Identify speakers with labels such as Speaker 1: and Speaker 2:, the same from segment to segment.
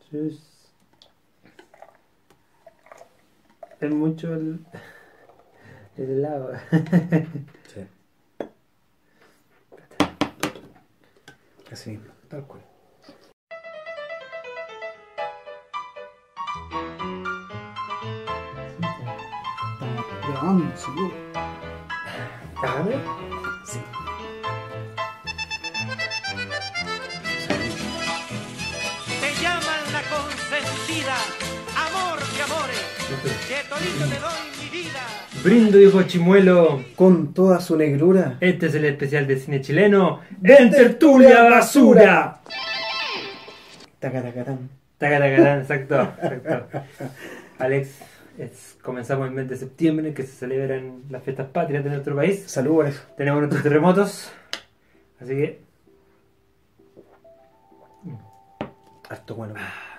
Speaker 1: Entonces, es mucho el, el helado.
Speaker 2: Sí. Así mismo, tal cual.
Speaker 3: Grabando, seguro.
Speaker 2: A ver. Sí.
Speaker 4: Te llaman la consentida, amor de amores, que todito te doy mi vida.
Speaker 1: Brindo, dijo Chimuelo.
Speaker 2: Con toda su negrura.
Speaker 1: Este es el especial de cine chileno en Tertulia Basura.
Speaker 2: Tacaracarán.
Speaker 1: Tacaracarán, exacto, exacto. Alex, es- comenzamos el mes de septiembre que se celebran las fiestas patrias de nuestro país.
Speaker 2: Saludos.
Speaker 1: Tenemos nuestros terremotos. Así que
Speaker 2: Harto bueno.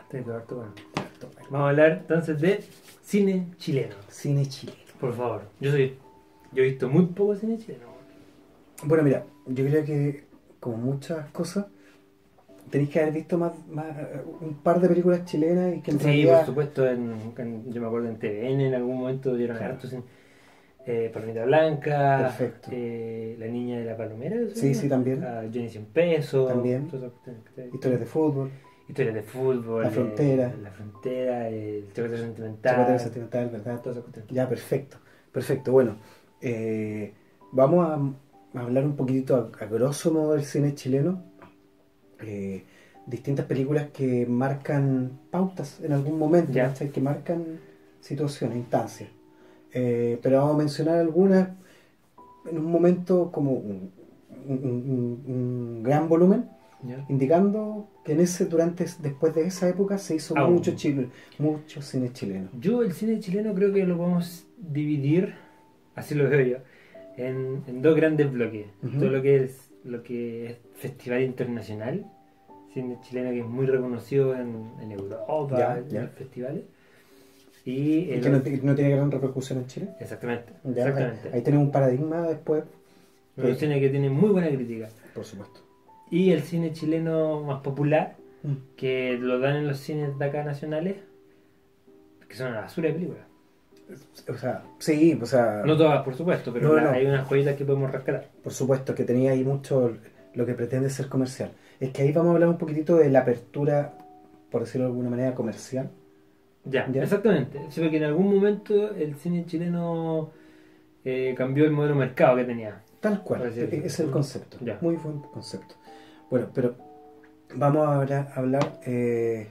Speaker 1: Tengo que ver todo.
Speaker 2: Harto bueno.
Speaker 1: Vamos a hablar entonces de cine chileno.
Speaker 2: Cine chileno.
Speaker 1: Por favor. Yo soy. Yo he visto muy poco cine chileno.
Speaker 2: Bueno, mira, yo creo que como muchas cosas, tenéis que haber visto más, más un par de películas chilenas y que en
Speaker 1: Sí,
Speaker 2: realidad-
Speaker 1: por supuesto, en, en- yo me acuerdo en TVN en algún momento dieron
Speaker 2: Claro.
Speaker 1: hartos en eh, Palomita Blanca,
Speaker 2: Perfecto.
Speaker 1: eh, La Niña de la Palomera, ¿se
Speaker 2: Sí,
Speaker 1: llama?
Speaker 2: sí, también.
Speaker 1: Ah, Johnny 100 pesos,
Speaker 2: También.
Speaker 1: todas esas cuestiones que te-
Speaker 2: Historias de fútbol,
Speaker 1: historias de fútbol,
Speaker 2: La
Speaker 1: eh,
Speaker 2: Frontera.
Speaker 1: la frontera, el chocolate sentimental,
Speaker 2: Secretario Sentimental, ¿verdad?
Speaker 1: todas esas cuestiones.
Speaker 2: Ya, perfecto. Perfecto. Bueno, eh, vamos a, a hablar un poquitito a, a grosso modo del cine chileno. Eh, distintas películas que marcan pautas en algún momento,
Speaker 1: Ya.
Speaker 2: ¿cachai? que marcan situaciones, instancias. Eh, pero vamos a mencionar algunas en un momento como un, un- un- un gran volumen,
Speaker 1: Ya.
Speaker 2: indicando que en ese, durante, después de esa época se hizo
Speaker 1: Aún.
Speaker 2: mucho, chile, mucho cine chileno.
Speaker 1: Yo el cine chileno creo que lo podemos dividir, así lo veo yo, en, en dos grandes bloques.
Speaker 2: Ujú.
Speaker 1: Todo lo que es lo que es Festival Internacional, cine chileno que es muy reconocido en, en Europa,
Speaker 2: Ya,
Speaker 1: en
Speaker 2: ya.
Speaker 1: los festivales. Y
Speaker 2: Y
Speaker 1: el-
Speaker 2: que no, no tiene gran repercusión en Chile.
Speaker 1: exactamente,
Speaker 2: Ya,
Speaker 1: exactamente.
Speaker 2: Ahí, ahí tenemos un paradigma después,
Speaker 1: Pero el cine que tiene muy buena crítica.
Speaker 2: por supuesto.
Speaker 1: Y el cine chileno más popular,
Speaker 2: Mm.
Speaker 1: que lo dan en los cines de acá nacionales, que son una basura de películas.
Speaker 2: O sea, sí, o sea,
Speaker 1: No todas, por supuesto, pero
Speaker 2: No,
Speaker 1: la-
Speaker 2: no.
Speaker 1: hay unas joyitas que podemos rescatar.
Speaker 2: por supuesto que tenía ahí mucho lo que pretende ser comercial. Es que ahí vamos a hablar un poquitito de la apertura, por decirlo de alguna manera, comercial.
Speaker 1: Ya,
Speaker 2: Ya.
Speaker 1: exactamente. Sí, porque en algún momento el cine chileno eh, cambió el modelo de mercado que tenía.
Speaker 2: Tal cual,
Speaker 1: Así es.
Speaker 2: e- es el concepto.
Speaker 1: Ya.
Speaker 2: Muy buen concepto. Bueno, pero vamos a hablar, hablar, eh,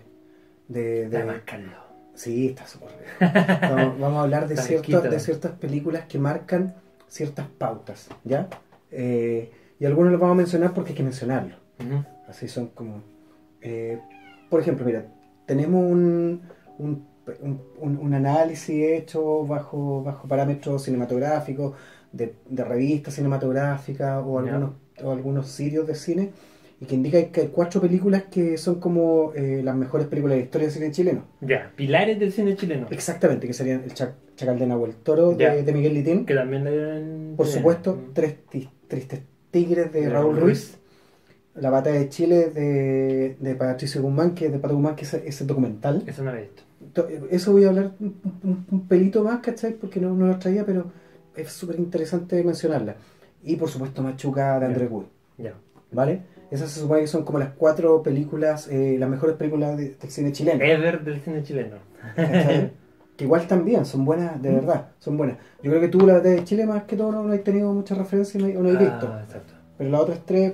Speaker 2: de, de-
Speaker 1: De marcarlo.
Speaker 2: Sí, está súper bien. Vamos, vamos a hablar de,
Speaker 1: Está
Speaker 2: ciertas-
Speaker 1: fresquita.
Speaker 2: de ciertas películas que marcan ciertas pautas, ¿ya? Eh, y algunos los vamos a mencionar porque hay que mencionarlos.
Speaker 1: Ujú.
Speaker 2: Así son como... eh, por ejemplo, mira, tenemos un, un- un- un- un análisis hecho bajo, bajo parámetros cinematográficos, de, de revistas cinematográficas o
Speaker 1: Ya.
Speaker 2: algunos, o algunos sitios de cine, y que indica que hay cuatro películas que son como eh, las mejores películas de la historia del cine chileno.
Speaker 1: Ya, pilares del cine chileno.
Speaker 2: Exactamente, que serían el Chac- Chacal de Nahuel Toro
Speaker 1: Ya.
Speaker 2: de, de Miguel Litín.
Speaker 1: Que también la dieron.
Speaker 2: Por
Speaker 1: eh,
Speaker 2: supuesto,
Speaker 1: mm.
Speaker 2: Tres Ti- Tristes Tigres de
Speaker 1: De
Speaker 2: Raúl
Speaker 1: Raúl
Speaker 2: Ruiz. La Bata de Chile de, de Patricio Guzmán, que de Pato Guzmán, que es ese documental.
Speaker 1: Eso no lo he visto.
Speaker 2: To- Eso voy a hablar un, un- un pelito más, ¿cachai? Porque no, no lo traía, pero es súper interesante mencionarla. Y por supuesto, Machuca de
Speaker 1: Ya.
Speaker 2: André Gui,
Speaker 1: Ya.
Speaker 2: ¿vale? Esas se supone que son como las cuatro películas, eh, las mejores películas de- del cine chileno.
Speaker 1: Ever del cine chileno.
Speaker 2: ¿cachai? que igual también, son buenas, de verdad, son buenas. Yo creo que tú la batalla de Chile más que todo no, no has tenido muchas referencias y no, no has visto.
Speaker 1: Ah, exacto.
Speaker 2: Pero las otras tres,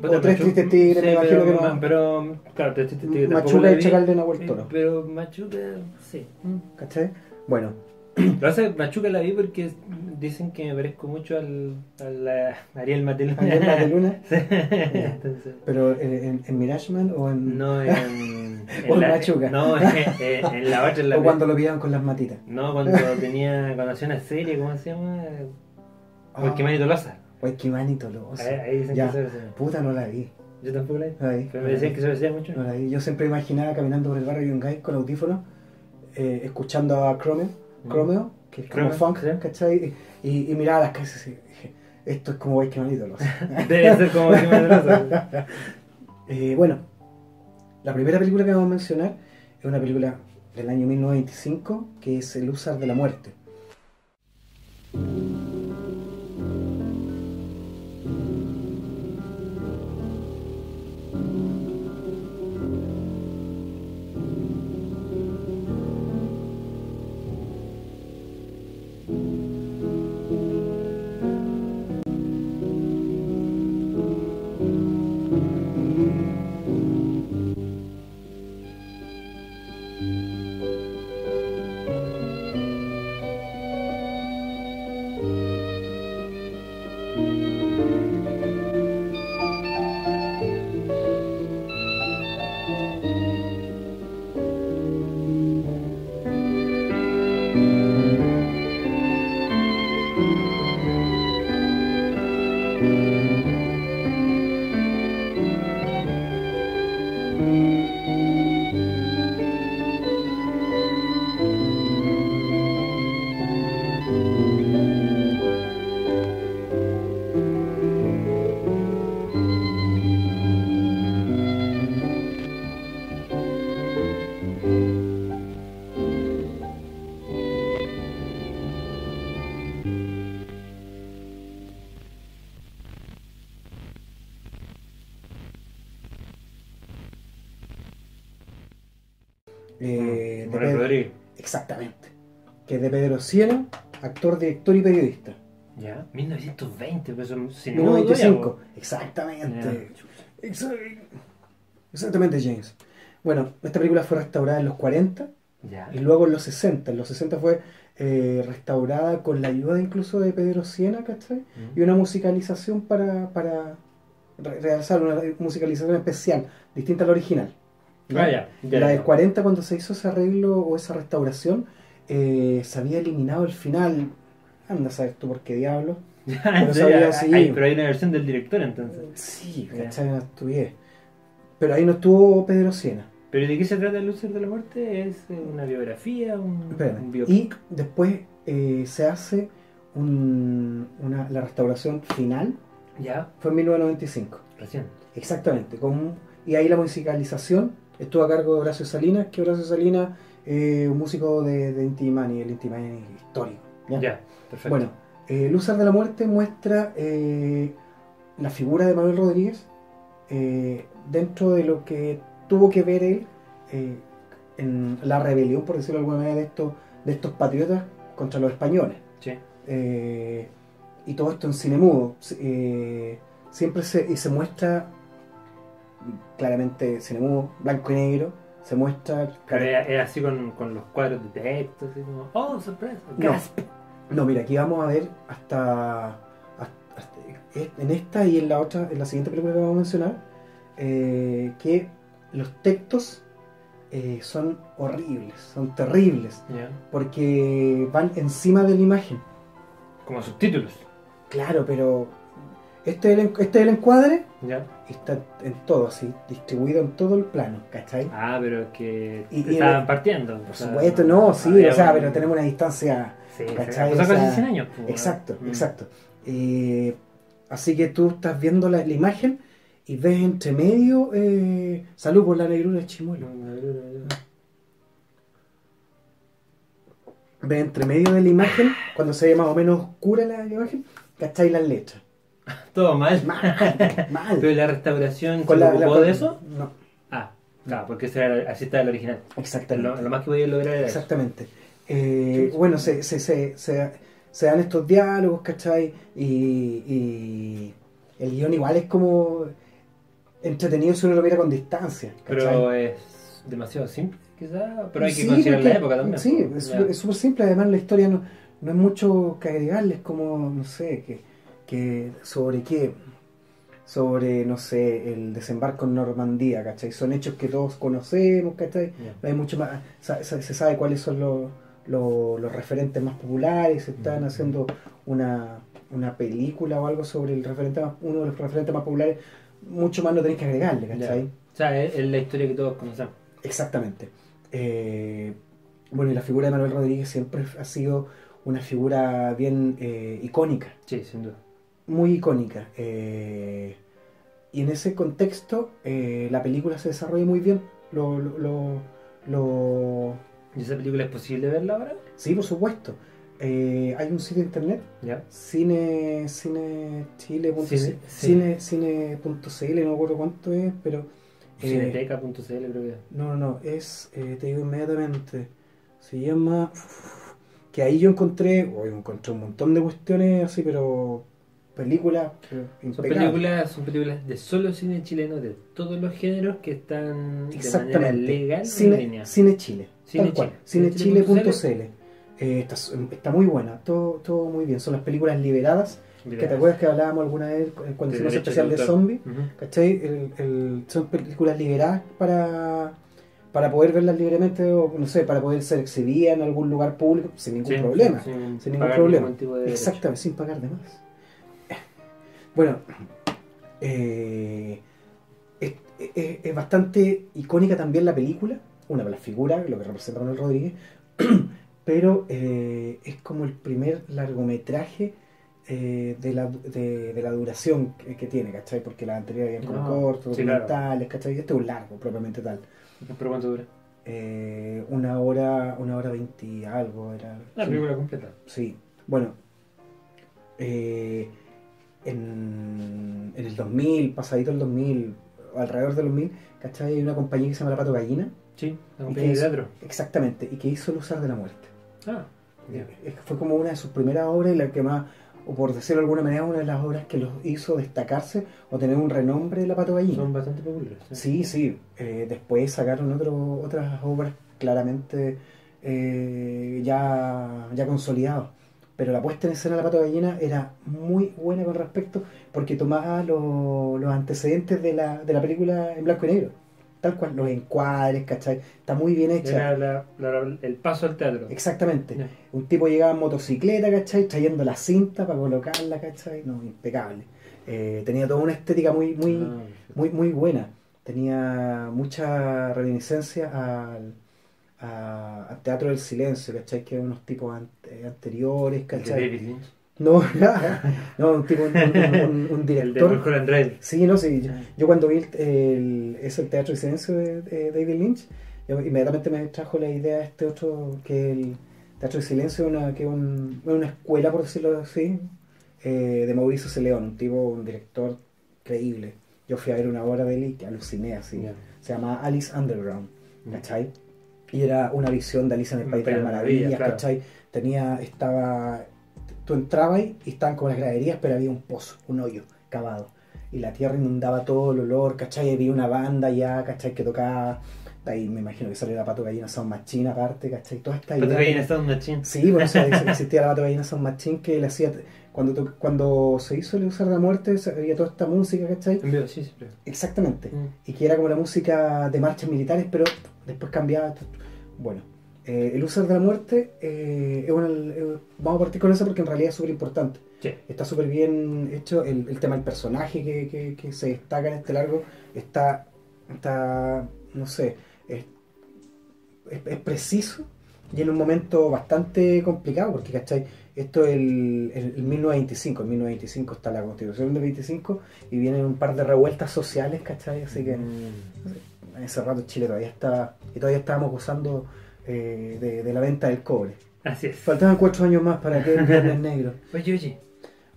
Speaker 1: Puta,
Speaker 2: tres
Speaker 1: Machu-
Speaker 2: tristes tigres, me imagino
Speaker 1: pero,
Speaker 2: que no.
Speaker 1: ma- Pero, claro, tres tristes tigres tampoco
Speaker 2: Machuca
Speaker 1: la
Speaker 2: y
Speaker 1: vi.
Speaker 2: Chacal de Nahuel
Speaker 1: Eh,
Speaker 2: Toro.
Speaker 1: Pero Machuca, sí. Mm.
Speaker 2: ¿Cachai? Bueno,
Speaker 1: Lo que pasa es que Machuca la vi porque dicen que me parezco mucho al, a la Ariel Mateluna.
Speaker 2: también la de Luna,
Speaker 1: Sí. Entonces,
Speaker 2: pero en, en, en Mirage Man o en.
Speaker 1: no en,
Speaker 2: O
Speaker 1: en la
Speaker 2: Machuca.
Speaker 1: No, en, en- en la otra. En la
Speaker 2: o cuando lo pillaban con las matitas.
Speaker 1: No, cuando tenía, cuando hacía una serie, ¿cómo se llama? Porque Mani Tolosa.
Speaker 2: Ay, qué manito loco.
Speaker 1: Ahí, ahí dicen
Speaker 2: Ah. Ya.
Speaker 1: que se parecía.
Speaker 2: Puta, no la vi.
Speaker 1: Yo tampoco la vi.
Speaker 2: No la vi.
Speaker 1: Pero me decían que se parecía mucho.
Speaker 2: No la vi. Yo siempre imaginaba caminando por el barrio de Yungay con audífonos, eh, escuchando a Chromeo, Chromeo, que es como
Speaker 1: Mm. Chromeo,
Speaker 2: funk,
Speaker 1: sí.
Speaker 2: ¿cachai? Y, y miraba las calles y dije, Esto es como Bakeman Ídolos.
Speaker 1: Debe ser como que me
Speaker 2: Eh, bueno, la primera película que vamos a mencionar es una película del año 1925 que es El Usar de la Muerte. Eh, de
Speaker 1: Mm, Manuel
Speaker 2: Pedro-
Speaker 1: Rodríguez.
Speaker 2: Exactamente. Que es de Pedro Cielo, actor, director y periodista.
Speaker 1: Ya, 1920, pues son- si no,
Speaker 2: 1925.
Speaker 1: ya,
Speaker 2: Exactamente.
Speaker 1: pues. Ya, chucha.
Speaker 2: Exa- Exactamente, James. Bueno, esta película fue restaurada en los 40
Speaker 1: Ya.
Speaker 2: y luego en los 60. En los 60 fue eh, restaurada con la ayuda incluso de Pedro Siena, ¿cachai?
Speaker 1: Mm.
Speaker 2: Y una musicalización para, para re- realizar una musicalización especial, distinta a la original.
Speaker 1: Ah, ya, ya,
Speaker 2: la
Speaker 1: ya.
Speaker 2: del 40, cuando se hizo ese arreglo o esa restauración, eh, se había eliminado el final. Anda a saber tú por qué diablos.
Speaker 1: Ya,
Speaker 2: pero
Speaker 1: entonces,
Speaker 2: sabía
Speaker 1: ah,
Speaker 2: seguir.
Speaker 1: ay, pero hay una versión del director entonces.
Speaker 2: Sí,
Speaker 1: Ya.
Speaker 2: ¿cachai? Una estupidez. Pero ahí no estuvo Pedro Siena.
Speaker 1: ¿Pero de qué se trata el Lucer de la Muerte? ¿Es eh, una biografía? ¿Un,
Speaker 2: Espérame.
Speaker 1: un biopic?
Speaker 2: Y después eh, se hace un- una, la restauración final,
Speaker 1: Ya,
Speaker 2: fue en 1995.
Speaker 1: recién.
Speaker 2: Exactamente. Con, y ahí la musicalización estuvo a cargo de Horacio Salinas, que Horacio Salinas eh, un músico de, de Inti Illimani, el Inti Illimani histórico. ¿ya?
Speaker 1: Ya, perfecto.
Speaker 2: Bueno, eh, Luzar de la Muerte muestra eh, la figura de Manuel Rodríguez eh, dentro de lo que tuvo que ver él eh, en la rebelión, por decirlo de alguna manera, de estos, de estos patriotas contra los españoles.
Speaker 1: Sí.
Speaker 2: Eh, y todo esto en cine mudo. Eh, siempre se, y se muestra claramente cine mudo, blanco y negro. Se muestra.
Speaker 1: Pero era, era así con, con los cuadros de texto, así como, oh, sorpresa, gasp.
Speaker 2: No, mira, aquí vamos a ver hasta, hasta- hasta- en esta y en la otra, en la siguiente película que vamos a mencionar, eh, que los textos eh, son horribles, son terribles,
Speaker 1: Ya.
Speaker 2: porque van encima de la imagen.
Speaker 1: Como subtítulos.
Speaker 2: Claro, pero este es el, en- este es el encuadre
Speaker 1: Ya.
Speaker 2: y está en todo, así, distribuido en todo el plano, ¿cachai?
Speaker 1: Ah, pero es que
Speaker 2: Y- y-
Speaker 1: estaban partiendo.
Speaker 2: Por
Speaker 1: o sea,
Speaker 2: supuesto, no, sí,
Speaker 1: había
Speaker 2: o sea,
Speaker 1: un-
Speaker 2: pero tenemos una distancia...
Speaker 1: Sí, sí,
Speaker 2: ¿cachai?
Speaker 1: pues
Speaker 2: O
Speaker 1: son
Speaker 2: sea,
Speaker 1: casi 100 años. pues,
Speaker 2: Exacto,
Speaker 1: ¿no? Mm.
Speaker 2: exacto. Eh, así que tú estás viendo la, la imagen y ves entre medio eh, salud por la negrura del
Speaker 1: No,
Speaker 2: chimuelo.
Speaker 1: no, no, no.
Speaker 2: Ves entre medio de la imagen, cuando se ve más o menos oscura la imagen, ¿cachai? Las letras.
Speaker 1: Todo mal.
Speaker 2: Mal, mal.
Speaker 1: Pero la restauración,
Speaker 2: Con
Speaker 1: ¿se
Speaker 2: la- la-
Speaker 1: ocupó
Speaker 2: con-
Speaker 1: de eso?
Speaker 2: No,
Speaker 1: Ah, claro, porque esa era, así estaba el original.
Speaker 2: exactamente.
Speaker 1: Lo, lo más que podía lograr era eso.
Speaker 2: Exactamente. Eh, bueno, se, se, se, se- se dan estos diálogos, ¿cachai? Y, y el guión igual es como entretenido si uno lo mira con distancia. ¿cachai?
Speaker 1: Pero es demasiado simple, quizás. Pero hay que
Speaker 2: Sí,
Speaker 1: considerar
Speaker 2: porque-
Speaker 1: la época también.
Speaker 2: Sí,
Speaker 1: pues.
Speaker 2: es
Speaker 1: Ya.
Speaker 2: súper- es súper simple. Además, la historia no, no es mucho que agregarle. Es como, no sé, que, que sobre qué. Sobre, no sé, el desembarco en Normandía, ¿cachai? Son hechos que todos conocemos, ¿cachai?
Speaker 1: Ya.
Speaker 2: No hay mucho más. sa- sa- Se sabe cuáles son los, los, los referentes más populares. Se están
Speaker 1: Ujú.
Speaker 2: haciendo una, una película o algo sobre el referente más- uno de los referentes más populares. Mucho más no tenés que agregarle, ¿cachai?
Speaker 1: O sea, es, es la historia que todos conocemos.
Speaker 2: Exactamente. Eh, bueno, y la figura de Manuel Rodríguez siempre ha sido una figura bien eh, icónica.
Speaker 1: Sí, sin duda.
Speaker 2: muy icónica. eh, y en ese contexto, eh, la película se desarrolla muy bien. Lo, lo, lo- lo-
Speaker 1: ¿Y esa película es posible verla ahora?
Speaker 2: Sí, por supuesto. Eh, hay un sitio de internet,
Speaker 1: Ya.
Speaker 2: cine, cinechile.cl,
Speaker 1: Cine-
Speaker 2: cine, cine.cl, no me acuerdo cuánto es, pero Eh,
Speaker 1: Cineteca.cl creo que.
Speaker 2: No, no, es, eh, te digo inmediatamente, se llama... Que ahí yo encontré, hoy encontré un montón de cuestiones así, pero películas pero
Speaker 1: Son
Speaker 2: impecables.
Speaker 1: películas, son películas de solo cine chileno, de todos los géneros que están de manera
Speaker 2: Exactamente.
Speaker 1: legal en
Speaker 2: Cine,
Speaker 1: línea.
Speaker 2: Cine Chile.
Speaker 1: Cine
Speaker 2: tal cual.
Speaker 1: Chile.
Speaker 2: Cinechile.cl.
Speaker 1: Cinechile.cl.
Speaker 2: Eh, está, está muy buena, todo, todo muy bien. Son las películas liberadas, que te acuerdas que hablábamos alguna vez cu- cuando
Speaker 1: De
Speaker 2: hicimos
Speaker 1: derechos
Speaker 2: el especial
Speaker 1: de
Speaker 2: de
Speaker 1: autor.
Speaker 2: zombies.
Speaker 1: Ujú.
Speaker 2: ¿Cachai? El- el- son películas liberadas para, para poder verlas libremente o, no sé, para poder ser exhibidas en algún lugar público sin ningún
Speaker 1: Sí,
Speaker 2: problema.
Speaker 1: sí, Sin,
Speaker 2: sin ningún
Speaker 1: pagar
Speaker 2: problema.
Speaker 1: ningún tipo de derecho.
Speaker 2: Exactamente, sin pagar de más. Eh, Bueno, eh, es, es- es bastante icónica también la película, una de las figuras, lo que representa Manuel Rodríguez, pero eh, es como el primer largometraje eh, de, la, de, de la duración que, que tiene, ¿cachai? Porque las anteriores habían como
Speaker 1: Ah,
Speaker 2: cortos,
Speaker 1: sí, claro.
Speaker 2: documentales, ¿cachai? Este es un largo, propiamente tal.
Speaker 1: ¿Pero cuánto dura?
Speaker 2: Eh, una hora, una hora veinti y algo era.
Speaker 1: La
Speaker 2: sí.
Speaker 1: película completa.
Speaker 2: Sí, bueno, eh, en, en el 2000, pasadito el 2000, alrededor del 2000, ¿cachai? Hay una compañía que se llama La Pato Gallina,
Speaker 1: Sí, la
Speaker 2: ¿Y qué
Speaker 1: compañía de
Speaker 2: es?
Speaker 1: teatro.
Speaker 2: exactamente, y que hizo El Usar de la Muerte.
Speaker 1: Ah, ya.
Speaker 2: Eh, Fue como una de sus primeras obras y la que más, o por decirlo de alguna manera, una de las obras que los hizo destacarse o tener un renombre de La Pato Gallina.
Speaker 1: Son bastante populares. ¿eh?
Speaker 2: Sí, sí. eh, después sacaron otro- otras obras claramente eh, ya, ya consolidadas. Pero la puesta en escena de la pato gallina era muy buena con respecto, porque tomaba lo- los antecedentes de la, de la película en blanco y negro. Tal cual, los encuadres, ¿cachai? Está muy bien hecha.
Speaker 1: Era la- la- el paso al teatro.
Speaker 2: Exactamente.
Speaker 1: Ya.
Speaker 2: Un tipo llegaba en motocicleta, ¿cachai? Trayendo la cinta para colocarla, ¿cachai? No, impecable. Eh, tenía toda una estética muy, muy,
Speaker 1: Ah,
Speaker 2: muy, muy buena. Tenía mucha reminiscencia al, a- al Teatro del Silencio, ¿cachai? Que eran unos tipos an- eh, anteriores,
Speaker 1: el de
Speaker 2: ¿cachai?
Speaker 1: David Lynch.
Speaker 2: No, no, un tipo, un, un- un- un
Speaker 1: El de
Speaker 2: director.
Speaker 1: Mulholland Drive.
Speaker 2: Sí, no, sí. Yo, yo cuando vi el, el- ese Teatro del Silencio de, de David Lynch, yo inmediatamente me trajo la idea este otro, que el Teatro del Silencio es una, que es un- una escuela, por decirlo así, eh, de Mauricio Celeón, un tipo, un director creíble. Yo fui a ver una obra de él y que aluciné así.
Speaker 1: Ya.
Speaker 2: Se llama Alice Underground, ¿cachai? Y era una visión de Alice en el
Speaker 1: Un
Speaker 2: País de las
Speaker 1: País de las
Speaker 2: Maravillas,
Speaker 1: Maravillas, claro.
Speaker 2: ¿cachai? Tenía, estaba, tú entrabas ahí y estaban como las graderías, pero había un pozo, un hoyo cavado. Y la tierra inundaba todo el olor, ¿cachai? Había una banda ya, ¿cachai? Que tocaba, de ahí me imagino que salió la pato gallina Sound Machine aparte, ¿cachai? Toda esta
Speaker 1: Pato
Speaker 2: idea-
Speaker 1: Gallina está en una chin.
Speaker 2: Sí, bueno, o sea, ex- existía la Pato Gallina Sound Machine que le hacía. Cuando, to- cuando se hizo el usar de la muerte, se- había toda esta música, ¿cachai?
Speaker 1: En vivo, sí, sí, creo.
Speaker 2: Exactamente.
Speaker 1: Mm.
Speaker 2: Y que era como la música de marchas militares, pero después cambiaba. tu- tu- Bueno, eh, el usar de la muerte, eh, es una- eh, vamos a partir con eso porque en realidad es súper importante.
Speaker 1: Sí.
Speaker 2: Está súper bien hecho el, el tema del personaje que, que- que se destaca en este largo. Está, está no sé, es, es- es preciso y en un momento bastante complicado porque, ¿cachai? Esto es el, el, el 1925. En 1925 está la constitución de 25 y vienen un par de revueltas sociales, ¿cachai? Así que
Speaker 1: Mm.
Speaker 2: en ese rato Chile todavía está y todavía estábamos gozando eh, de, de la venta del cobre.
Speaker 1: Así es.
Speaker 2: Faltaban cuatro años más para que el viernes negro.
Speaker 1: Oye, oye.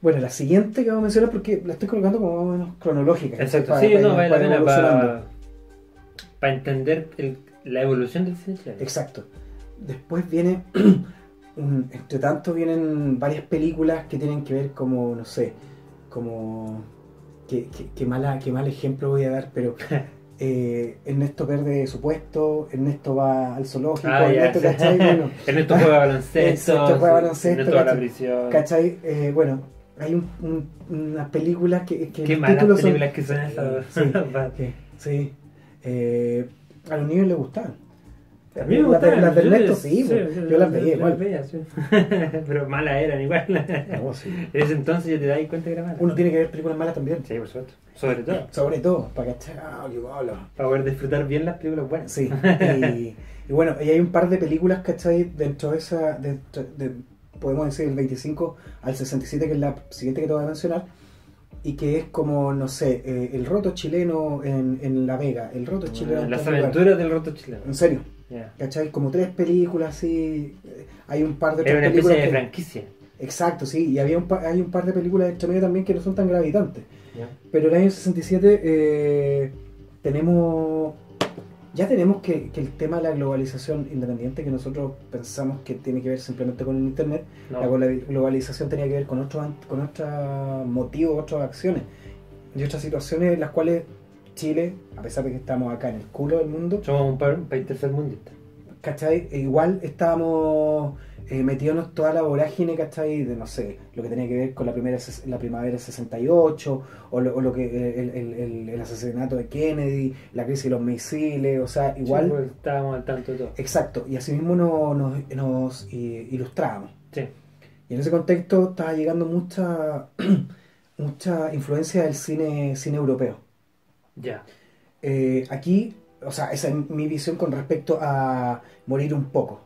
Speaker 2: Bueno, la siguiente que vamos a mencionar porque la estoy colocando como más o menos cronológica. ¿cachai?
Speaker 1: Exacto.
Speaker 2: Para-
Speaker 1: Sí,
Speaker 2: para
Speaker 1: no,
Speaker 2: ir-
Speaker 1: vale la
Speaker 2: para ir
Speaker 1: pena
Speaker 2: evolucionando.
Speaker 1: para para entender el- la evolución del cine chileno.
Speaker 2: Exacto. Después viene, un- entre tanto vienen varias películas que tienen que ver como, no sé, como... Qué, qué- qué mala, qué mal ejemplo voy a dar, pero eh, Ernesto pierde su puesto, Ernesto va al zoológico,
Speaker 1: Ah, ya.
Speaker 2: Ernesto, ¿cachai? Bueno,
Speaker 1: Ernesto juega baloncesto.
Speaker 2: Exacto, juega baloncesto,
Speaker 1: Ernesto va a la
Speaker 2: ¿cachai?
Speaker 1: prisión.
Speaker 2: ¿Cachai? Eh, bueno, hay un- un- unas películas que, que
Speaker 1: Qué
Speaker 2: los
Speaker 1: malas
Speaker 2: títulos son-
Speaker 1: películas que son esas.
Speaker 2: Sí. que- sí. Eh, a los niños les gustaban.
Speaker 1: A mí me
Speaker 2: Las de-
Speaker 1: gustaban,
Speaker 2: Las de
Speaker 1: yo
Speaker 2: Ernesto
Speaker 1: les-
Speaker 2: sí, bueno, yo las veía igual.
Speaker 1: veía, sí. Pero malas eran igual.
Speaker 2: No, sí.
Speaker 1: En ese entonces ya te dais cuenta que era mala.
Speaker 2: Uno tiene que ver películas malas también.
Speaker 1: Sí, por supuesto. Sobre todo.
Speaker 2: Sobre todo, para cachar. Ah, qué malo.
Speaker 1: Para poder disfrutar bien las películas buenas.
Speaker 2: Sí. Y, y bueno, y hay un par de películas, ¿cachai? Dentro de esa. dentro de- podemos decir el 25 al 67, que es la siguiente que te voy a mencionar, y que es como, no sé, eh, el roto chileno en, en La Vega, el roto chileno en
Speaker 1: Las
Speaker 2: tal lugar.
Speaker 1: aventuras del roto chileno.
Speaker 2: En serio,
Speaker 1: Ya.
Speaker 2: ¿cachai? Como tres películas así, eh, hay un par de
Speaker 1: Era
Speaker 2: otras
Speaker 1: una especie de
Speaker 2: películas que-
Speaker 1: franquicia.
Speaker 2: Exacto, sí, y había un pa- hay un par de películas entre medio también que no son tan gravitantes.
Speaker 1: Ya.
Speaker 2: Pero en el año 67 eh, tenemos. Ya tenemos que, que el tema de la globalización independiente que nosotros pensamos que tiene que ver simplemente con el Internet,
Speaker 1: No.
Speaker 2: la glo- globalización tenía que ver con otros an- con otros motivos, otras acciones y otras situaciones en las cuales Chile, a pesar de que estamos acá en el culo del mundo,
Speaker 1: Somos un, pa- un país tercermundista.
Speaker 2: ¿cachai? E igual estábamos eh, metiéndonos toda la vorágine, ¿cachai? De, no sé, lo que tenía que ver con la, primera, ses- la primavera 68, o lo, o lo que eh, el, el- el- el asesinato de Kennedy, la crisis de los misiles, o sea,
Speaker 1: Sí, pues.
Speaker 2: igual...
Speaker 1: porque estábamos al tanto de todo.
Speaker 2: exacto, y asimismo nos, nos, nos, eh, ilustrábamos.
Speaker 1: Sí.
Speaker 2: Y en ese contexto estaba llegando mucha, mucha influencia del cine, cine europeo.
Speaker 1: Ya.
Speaker 2: Eh, aquí, o sea, esa es mi visión con respecto a morir un poco.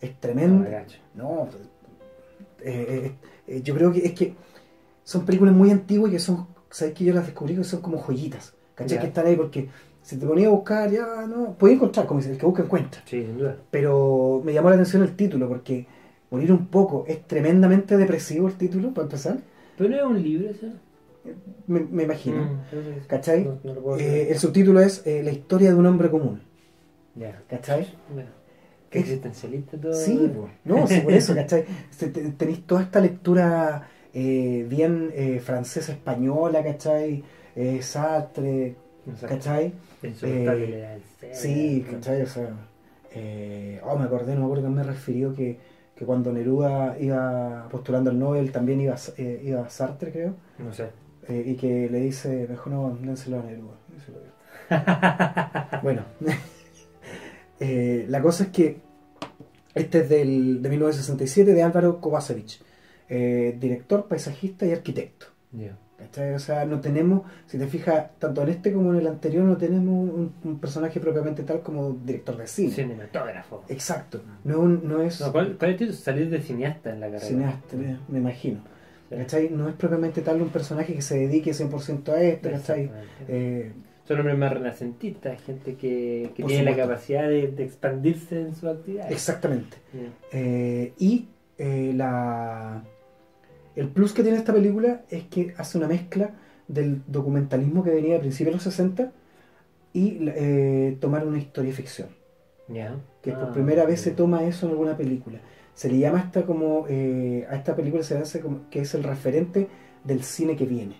Speaker 2: Es
Speaker 1: No,
Speaker 2: tremendo.
Speaker 1: gacho.
Speaker 2: No, eh, eh, eh, yo creo que es que son películas muy antiguas y que son, sabes que yo las descubrí que son como joyitas, ¿cachai?
Speaker 1: Ya.
Speaker 2: Que están ahí porque si te ponía a buscar, ya no, podía encontrar, como dice, el que busca encuentra.
Speaker 1: Sí, sin duda.
Speaker 2: Pero me llamó la atención el título porque morir un poco es tremendamente depresivo el título, para empezar,
Speaker 1: ¿Pero es un libro eso?
Speaker 2: me, me imagino.
Speaker 1: Mm, creo que sí.
Speaker 2: ¿Cachai?
Speaker 1: No, no lo puedo
Speaker 2: Eh,
Speaker 1: creer.
Speaker 2: el subtítulo es eh, La historia de un hombre común,
Speaker 1: Ya.
Speaker 2: ¿cachai?
Speaker 1: Bueno. Qué
Speaker 2: Es-
Speaker 1: existencialista todo.
Speaker 2: Sí, po. no, sí, por eso, ¿cachai? Se- te- Tenéis toda esta lectura eh, bien eh, francesa, española, ¿cachai? Eh, Sartre,
Speaker 1: No sé,
Speaker 2: ¿cachai?
Speaker 1: en su portal le da el cero,
Speaker 2: Eh, Sí,
Speaker 1: ¿no?
Speaker 2: ¿cachai? O sea, eh, oh, me acordé, no me acuerdo que me refirió que, que cuando Neruda iba postulando al Nobel también iba, S- eh, iba Sartre, creo,
Speaker 1: No sé.
Speaker 2: eh, y que le dice, mejor no, dénselo a Neruda. dénselo a Neruda. bueno, eh, la cosa es que este es del, de 1967 de Álvaro Kovacevic, eh, director, paisajista y arquitecto.
Speaker 1: Ya.
Speaker 2: ¿Cachai? O sea, no tenemos, si te fijas, tanto en este como en el anterior, no tenemos un, un personaje propiamente tal como director de cine.
Speaker 1: Cinematógrafo.
Speaker 2: Exacto. No, es un- no es
Speaker 1: No, ¿cuál, cuál es tu salir de cineasta en la carrera?
Speaker 2: cineasta, me imagino.
Speaker 1: Sí.
Speaker 2: ¿Cachai? No es propiamente tal un personaje que se dedique 100% a esto, ¿cachai?
Speaker 1: Exactamente.
Speaker 2: Eh,
Speaker 1: Son hombres más renacentistas, gente que, que
Speaker 2: Por
Speaker 1: tiene la
Speaker 2: supuesto.
Speaker 1: capacidad de, de expandirse en su actividad.
Speaker 2: exactamente.
Speaker 1: Ya.
Speaker 2: Eh, y eh, la... el plus que tiene esta película es que hace una mezcla del documentalismo que venía de principios de los 60 y la- eh, tomar una historia de ficción.
Speaker 1: Ya.
Speaker 2: que por
Speaker 1: Ah,
Speaker 2: primera vez
Speaker 1: ya.
Speaker 2: se toma eso en alguna película. Se le llama hasta como, eh, a esta película se le hace como que es el referente del cine que viene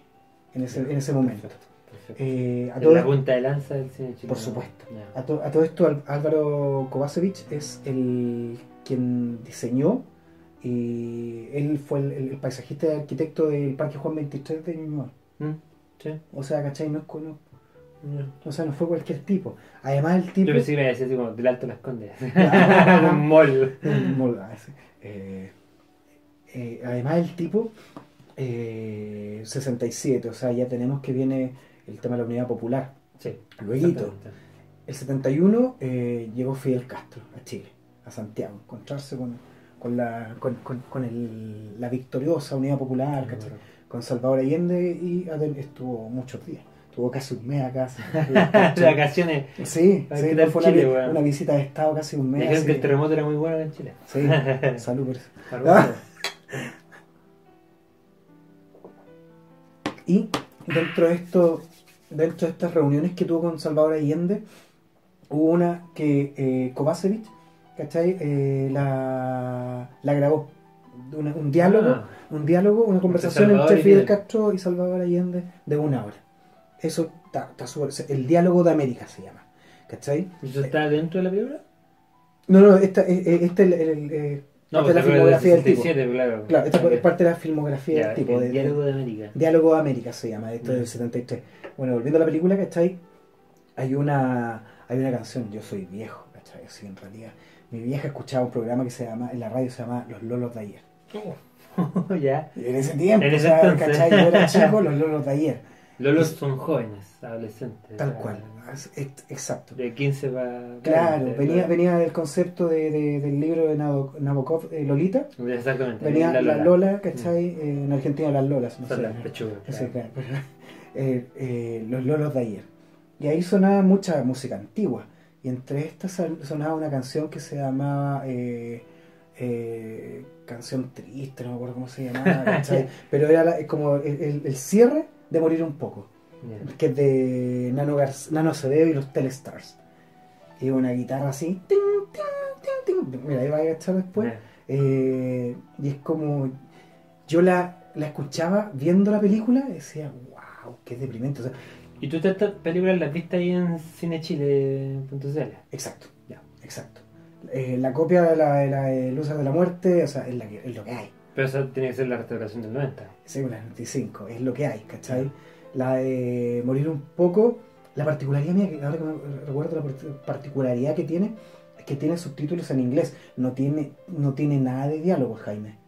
Speaker 2: en ese, en ese momento.
Speaker 1: Perfecto, perfecto.
Speaker 2: Eh, a,
Speaker 1: Es
Speaker 2: todo,
Speaker 1: la punta de lanza del cine chileno.
Speaker 2: Por supuesto.
Speaker 1: Ya.
Speaker 2: a to- a todo esto Al- Álvaro Kovacevic es el quien diseñó y él fue el, el- el paisajista y arquitecto del Parque Juan 23 de Ñuñoa.
Speaker 1: Mm, sí.
Speaker 2: O sea, ¿cachai? No, es co- no-
Speaker 1: Ya.
Speaker 2: o sea, no fue cualquier tipo. Además el tipo...
Speaker 1: Yo pensé que me iba a decir así como del alto las condes.
Speaker 2: Ya.
Speaker 1: Un mol.
Speaker 2: Un molde, ah, sí. Eh, eh, además el tipo eh, 67, o sea, ya tenemos que viene el tema de la unidad popular.
Speaker 1: Sí.
Speaker 2: Luego,
Speaker 1: exactamente.
Speaker 2: el 71 eh, llegó Fidel Castro a Chile, a Santiago, a encontrarse con, con la, con, con- con el- la victoriosa unidad popular, ¿cachai? con Salvador Allende y Adel- estuvo muchos días. Estuvo casi un mes acá.
Speaker 1: De vacaciones.
Speaker 2: Sí,
Speaker 1: Ay,
Speaker 2: sí,
Speaker 1: ¿qué tal
Speaker 2: fue una, vi-
Speaker 1: Chile, weón?
Speaker 2: una visita de Estado casi un
Speaker 1: Me
Speaker 2: mes.
Speaker 1: dijeron que
Speaker 2: así
Speaker 1: el terremoto era muy bueno en Chile.
Speaker 2: que- sí, Ah, salud por eso.
Speaker 1: Barbudo.
Speaker 2: Y dentro de esto, dentro de estas reuniones que tuvo con Salvador Allende, hubo una que eh, Kovacevic, ¿cachai? Eh, la, la grabó. Una- un diálogo,
Speaker 1: Ah,
Speaker 2: un diálogo, una conversación
Speaker 1: Salvador
Speaker 2: entre
Speaker 1: y
Speaker 2: Fidel
Speaker 1: Fidel.
Speaker 2: Castro y Salvador Allende de una hora. Eso está, está súper- El diálogo de América se llama. ¿Cachai?
Speaker 1: ¿Eso está dentro de la película?
Speaker 2: No, no, esta, eh, eh, este el- el- el, eh,
Speaker 1: No, pues la
Speaker 2: parte de la
Speaker 1: película
Speaker 2: filmografía del
Speaker 1: del
Speaker 2: tipo.
Speaker 1: 67, claro.
Speaker 2: Claro, esta
Speaker 1: Ok.
Speaker 2: es parte de la filmografía
Speaker 1: Ya,
Speaker 2: del tipo.
Speaker 1: el
Speaker 2: de- de-
Speaker 1: diálogo de América.
Speaker 2: Diálogo de América se llama, esto es del
Speaker 1: Mm.
Speaker 2: 73. Bueno, volviendo a la película, ¿cachai? Hay una, hay una canción, Yo soy viejo, ¿cachai? Sí, en realidad. Mi vieja escuchaba un programa que se llama, en la radio se llama Los Lolos de Ayer.
Speaker 1: ya.
Speaker 2: En ese tiempo,
Speaker 1: En ese
Speaker 2: o sea,
Speaker 1: entonces.
Speaker 2: ¿cachai? Yo era chico, Los Lolos de Ayer.
Speaker 1: Lolos son jóvenes, adolescentes.
Speaker 2: Tal
Speaker 1: ya,
Speaker 2: cual. Es- es- Exacto.
Speaker 1: De 15 va.
Speaker 2: Claro,
Speaker 1: 20,
Speaker 2: venía,
Speaker 1: ¿no?
Speaker 2: venía del concepto de- de- del libro de Nabo- Nabokov, eh, Lolita.
Speaker 1: Exactamente.
Speaker 2: Venía la Lola,
Speaker 1: Lola.
Speaker 2: ¿cachai? Eh, en Argentina las Lolas, no sé.
Speaker 1: Son las pechugas.
Speaker 2: Sí,
Speaker 1: claro.
Speaker 2: claro, pero, eh, eh, los Lolos de ayer. Y ahí sonaba mucha música antigua. Y entre estas sal- sonaba una canción que se llamaba eh, eh, Canción Triste, no me acuerdo cómo se llamaba, ¿cachai? pero era la- como el, el- el cierre de Morir un poco,
Speaker 1: Ya.
Speaker 2: que es de Nano, Gar- Nano Cedeo y los Telestars. Y una guitarra así. tin, tin, tin, tin. Mira, ahí va a estar después.
Speaker 1: Ya.
Speaker 2: Eh, y es como. Yo la, la escuchaba viendo la película y decía, wow, qué deprimente. o sea,
Speaker 1: ¿Y tú estas películas las viste ahí en cinechile.cl?
Speaker 2: exacto,
Speaker 1: Ya.
Speaker 2: exacto. Eh, la copia de la, de la de Luces de la Muerte, o sea, es, la que- es lo que hay.
Speaker 1: Pero eso tiene que ser la restauración del 90.
Speaker 2: Sí, pues, la 95, es lo que hay, ¿cachai? La de Morir un poco, la particularidad mía, que ahora que me recuerdo la parti- particularidad que tiene, es que tiene subtítulos en inglés. No tiene, no tiene nada de diálogos, Jaime.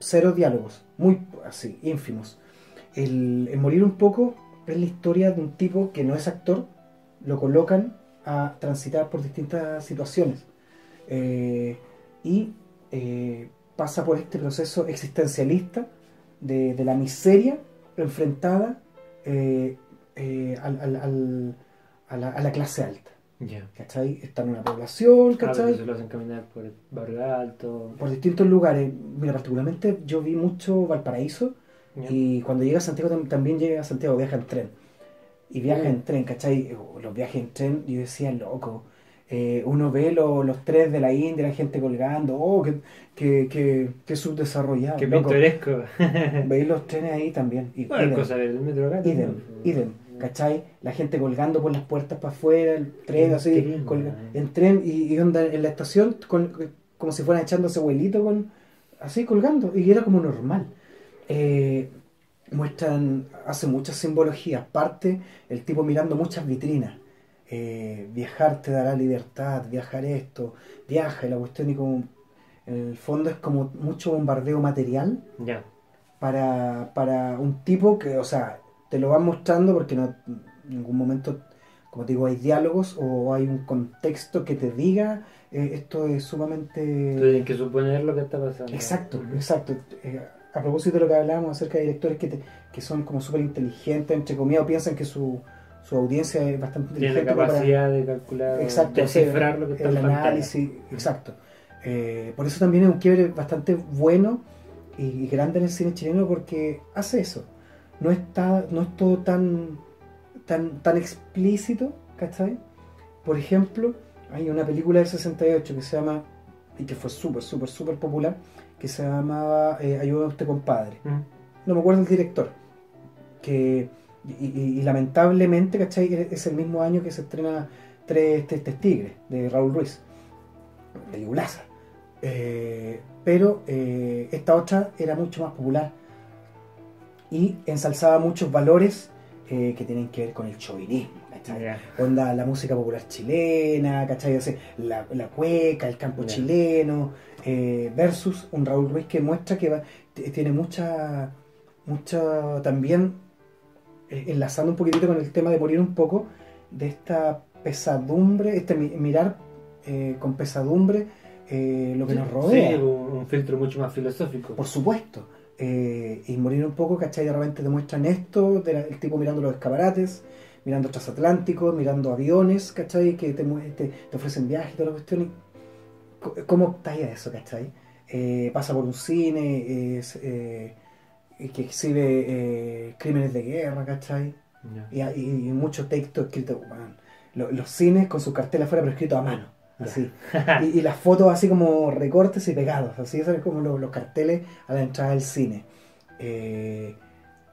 Speaker 2: Cero diálogos, muy así, ínfimos. El, el Morir un poco es la historia de un tipo que no es actor, lo colocan a transitar por distintas situaciones. Eh, y eh, pasa por este proceso existencialista de, de la miseria enfrentada eh, eh, al- al- al- a, la, a la clase alta.
Speaker 1: Ya.
Speaker 2: ¿Cachai? Está en una población,
Speaker 1: Ah, pero
Speaker 2: ¿cachai?
Speaker 1: se lo hacen caminar por el barrio alto.
Speaker 2: Por distintos lugares. Mira, particularmente yo vi mucho Valparaíso
Speaker 1: Ya.
Speaker 2: y cuando llega a Santiago tam- también llega a Santiago, viaja en tren. Y viaja
Speaker 1: Mm.
Speaker 2: en tren, ¿cachai? O Los viajes en tren, yo decía, loco. eh, uno ve lo- los trenes de la India, la gente colgando, oh, qué, qué, qué, qué subdesarrollado.
Speaker 1: Qué
Speaker 2: loco.
Speaker 1: pintoresco.
Speaker 2: Veis los trenes ahí también. Y,
Speaker 1: Bueno,
Speaker 2: y de-
Speaker 1: cosa del metro acá.
Speaker 2: Idem, idem, ¿cachai? La gente colgando por las puertas para afuera, el tren
Speaker 1: En
Speaker 2: así,
Speaker 1: tren,
Speaker 2: colga-
Speaker 1: man.
Speaker 2: en tren y, y onda en la estación con- como si fueran echándose abuelito con, así colgando, y era como normal. Eh, muestran, hace muchas simbologías, parte el tipo mirando muchas vitrinas. Eh, viajar te dará libertad, viajar esto, viaja, y la cuestión y como, en el fondo es como mucho bombardeo material
Speaker 1: Ya.
Speaker 2: para, para un tipo que, o sea, te lo van mostrando porque no, en ningún momento, como te digo, hay diálogos o hay un contexto que te diga eh, esto es
Speaker 1: Tú
Speaker 2: sumamente...
Speaker 1: tienes que suponer lo que está pasando.
Speaker 2: Exacto,
Speaker 1: Ujú.
Speaker 2: exacto. Eh, a propósito de lo que hablábamos acerca de directores que, te- que son como súper inteligentes, entre comillas, o piensan que su, su audiencia es bastante
Speaker 1: Tiene
Speaker 2: inteligente
Speaker 1: la
Speaker 2: como para-
Speaker 1: capacidad de calcular,
Speaker 2: Exacto,
Speaker 1: de cifrar
Speaker 2: o sea,
Speaker 1: lo que está
Speaker 2: el
Speaker 1: en pantalla.
Speaker 2: análisis, exacto. Eh, por eso también es un quiebre bastante bueno y, y grande en el cine chileno porque hace eso. No está, no es todo tan, tan, tan explícito, ¿cachai? Por ejemplo, hay una película del 68 que se llama, y que fue súper, súper, súper popular, que se llamaba eh, Ayúdame usted compadre
Speaker 1: Ujú.
Speaker 2: no me acuerdo el director, que, y, y- y lamentablemente, ¿cachai? Es el mismo año que se estrena Tres Tristes Tigres, de Raúl Ruiz, peliculaza. Eh, pero eh, esta otra era mucho más popular y ensalzaba muchos valores eh, que tienen que ver con el chauvinismo, ¿cachai?
Speaker 1: Ya.
Speaker 2: onda la música popular chilena, ¿cachai? O sea, la, la cueca, el campo
Speaker 1: Ya.
Speaker 2: chileno, eh, versus un Raúl Ruiz que muestra que va- t- tiene mucha, mucha también, eh, enlazando un poquitito con el tema de morir un poco, de esta pesadumbre, este mi- mirar eh, con pesadumbre eh, lo que nos rodea.
Speaker 1: Sí, un, un filtro mucho más filosófico.
Speaker 2: Por supuesto. Eh, y morir un poco, ¿cachai? De repente te muestran esto, de la- el tipo mirando los escaparates, mirando transatlánticos, mirando aviones, ¿cachai? Que te, mue- te, te ofrecen viajes y toda la cuestión. y co- ¿Cómo optáis a eso, ¿cachai? Eh, pasa por un cine es, eh, que exhibe eh, crímenes de guerra, ¿cachai?
Speaker 1: Ya.
Speaker 2: Y, hay- y mucho texto escrito, bueno, lo- los cines con sus carteles afuera, pero escrito a mano,
Speaker 1: Ya.
Speaker 2: así y, y las fotos así como recortes y pegados, así esos como los, los carteles a la entrada del cine. Eh,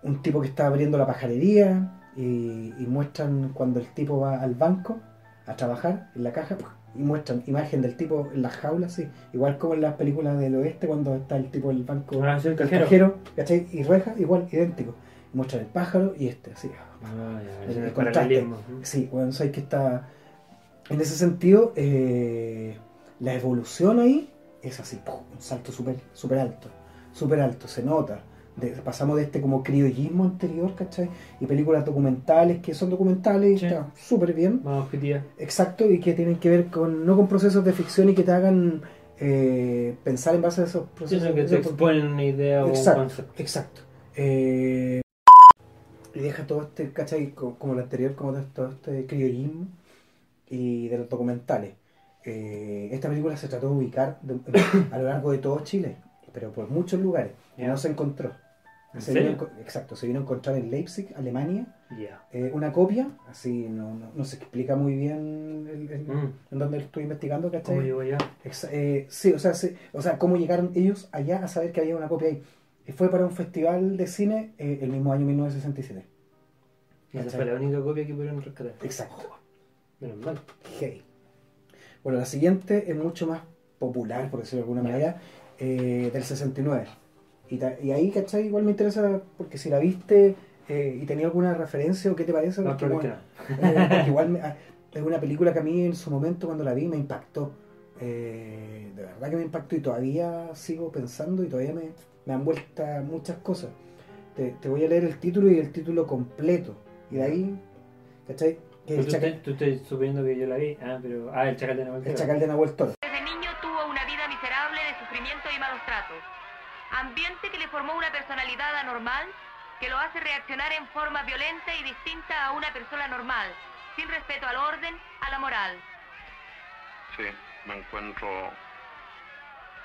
Speaker 2: un tipo que está abriendo la pajarería y, y muestran cuando el tipo va al banco a trabajar en la caja ¡puf! y muestran imagen del tipo en la jaula, así, igual como en las películas del oeste cuando está el tipo en el banco,
Speaker 1: Ah, sí, el
Speaker 2: el
Speaker 1: cajero.
Speaker 2: cajero, ¿cachai? Y reja, igual, idéntico. Muestran el pájaro y este, así.
Speaker 1: Ah, ya,
Speaker 2: El
Speaker 1: es el
Speaker 2: contraste.
Speaker 1: paralelismo. Ujú.
Speaker 2: Sí, bueno, sabes que está. En ese sentido, eh, la evolución ahí es así, ¡pum! un salto súper super alto, súper alto, se nota. de- pasamos de este como criollismo anterior, ¿cachai? Y películas documentales que son documentales y
Speaker 1: Sí.
Speaker 2: está súper bien.
Speaker 1: Más objetiva.
Speaker 2: Exacto, y que tienen que ver con, no con procesos de ficción y que te hagan eh, pensar en base a esos
Speaker 1: Yo
Speaker 2: procesos.
Speaker 1: creo que te
Speaker 2: esos-
Speaker 1: exponen una idea o un
Speaker 2: Exacto.
Speaker 1: concepto.
Speaker 2: Exacto. Eh, y deja todo este, ¿cachai? Co- Como el anterior, como todo- todo este criollismo y de los documentales. Eh, esta película se trató de ubicar de- a lo largo de todo Chile, pero por muchos lugares. Y no se encontró.
Speaker 1: ¿En
Speaker 2: Se vino a
Speaker 1: serio?
Speaker 2: enco- exacto, se vino a encontrar en Leipzig, Alemania,
Speaker 1: Ya.
Speaker 2: eh, una copia, así no, no, no se explica muy bien el- el-
Speaker 1: Mm,
Speaker 2: en dónde estoy investigando, ¿cachai?
Speaker 1: ¿Cómo llegó allá?
Speaker 2: Exa- eh, sí, o sea, sí, o sea, cómo llegaron ellos allá a saber que había una copia ahí. Y fue para un festival de cine eh, el mismo año 1967.
Speaker 1: Esa
Speaker 2: ¿Cachai?
Speaker 1: fue la única copia que pudieron rescatar.
Speaker 2: Exacto.
Speaker 1: Menos mal.
Speaker 2: Hey. Bueno, la siguiente es mucho más popular, por decirlo de alguna
Speaker 1: Ya.
Speaker 2: manera, eh, del 69. Y, ta- y ahí, ¿cachai? Igual me interesa, porque si la viste eh, y tenía alguna referencia o qué te parece,
Speaker 1: Más
Speaker 2: porque,
Speaker 1: probable
Speaker 2: bueno,
Speaker 1: que no.
Speaker 2: Eh, porque igual me- ah, es una película que a mí en su momento cuando la vi me impactó. Eh, de verdad que me impactó y todavía sigo pensando y todavía me, me han vuelto muchas cosas. Te, te voy a leer el título y el título completo. Y de ahí, ¿cachai? Que
Speaker 1: Pero Pues
Speaker 2: el,
Speaker 1: tú,
Speaker 2: chacal,
Speaker 1: estás- tú estás suponiendo que yo la vi. Ah, pero. Ah, el chacal de Nahuel.
Speaker 2: el
Speaker 1: Toro.
Speaker 2: chacal de Nahuel Toro.
Speaker 3: Desde niño tuvo una vida miserable de sufrimiento y malos tratos. Ambiente que le formó una personalidad anormal que lo hace reaccionar en forma violenta y distinta a una persona normal, sin respeto al orden, a la moral.
Speaker 5: Sí, me encuentro